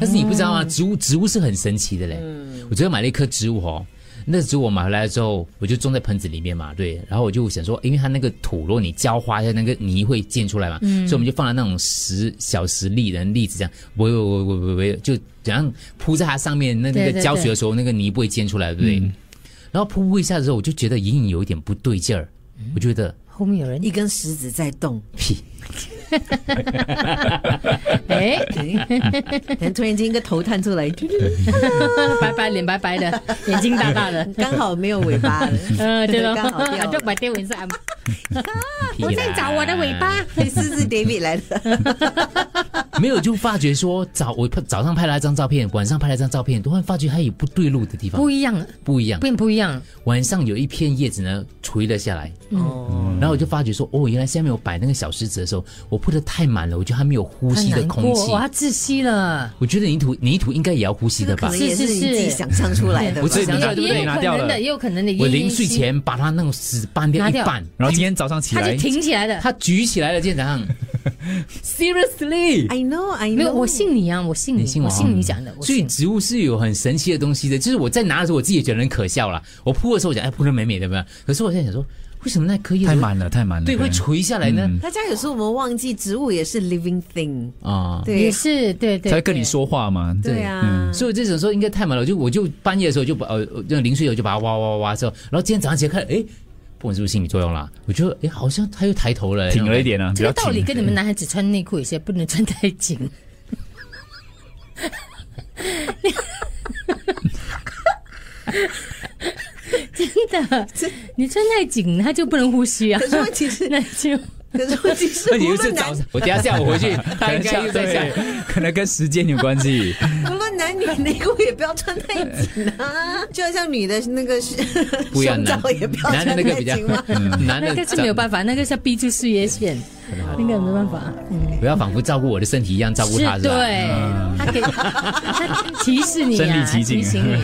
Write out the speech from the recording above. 但是你不知道嗯啊，植物植物是很神奇的嘞。我昨天买了一棵植物哦，那植物我买回来之后，我就种在盆子里面嘛，对。然后我就想说，因为它那个土，如果你浇花一下，那个泥会溅出来嘛，嗯所以我们就放了那种石小石粒人粒子这样，喂喂喂喂喂喂，就怎样铺在它上面，那那对个对嗯浇水的时候，那个泥不会溅出来，对不对？然后铺一下之后，我就觉得隐隐有一点不对劲儿，我觉得后面有人一根石子在动，屁。哎，可能突然间一个头探出来，白白脸白 白的，眼睛大大的，刚好没有尾巴了。嗯，对了刚好掉了，就把电蚊上，屁我在啦找我的尾巴。啊是是 David 来的， 没有，就发觉说早我早上拍了一张照片，晚上拍了一张照片，突然发觉它有不对路的地方，不一样，啊不一样。变不一样，啊晚上有一片叶子呢垂了下来，哦，然后我就发觉说，哦，原来下面我摆那个小石子的时候，我铺的太满了，我觉得它没有呼他吸的难空过，气。我要窒息了。我觉得泥土泥土应该也要呼吸的可吧能？也是你自己想象出来的吧。不是也你拿对不对也有拿可掉能了的，也有可能的。我奄临奄睡息，前把它那种死斑掉拿一掉半，然后今天早上起它来就，挺起来的。它举起来了，舰长。Seriously， I know, I know。没有，我信你啊，我信你你，信我我啊信你讲的，我所以信。植物是有很神奇的东西的，就是我在拿的时候，我自己也觉得很可笑啦。我铺的时候，我讲哎铺的美美的嘛，可是我现在想说，为什么那颗叶子太会满了，太满了，对可会能垂下来呢？大家有时候我们忘记，植物也是 living thing，嗯啊、也对是对对，才会跟对你说话嘛。对啊，所以这种时候应该太满了，我就我就半夜的时候就把呃那零碎的时候就把它挖挖挖挖之后，然后今天早上起来看，哎，不管是不是心理作用啦，我觉得哎好像它又抬头了，挺了一点啊，比这较个道理挺。跟你们男孩子穿内裤有些不能穿太紧。真的，你穿太紧，他就不能呼吸啊可。是问 题是，那就可是问题是，哎那你无又是论早男上，我等一下下午 回去， 可它应能该像又在想对，可能跟时间有关系。无论男女内裤也不要穿太紧 啊，就好像女的那个不一样胸男罩也不要男的穿那个太比较嗯紧嘛。，男的那个是没有办法，那个是要逼出事业线，那个没办法。法，不要仿佛照顾我的身体一样照顾它，是吧？对，他给他提示你身临啊，其境提醒你啊。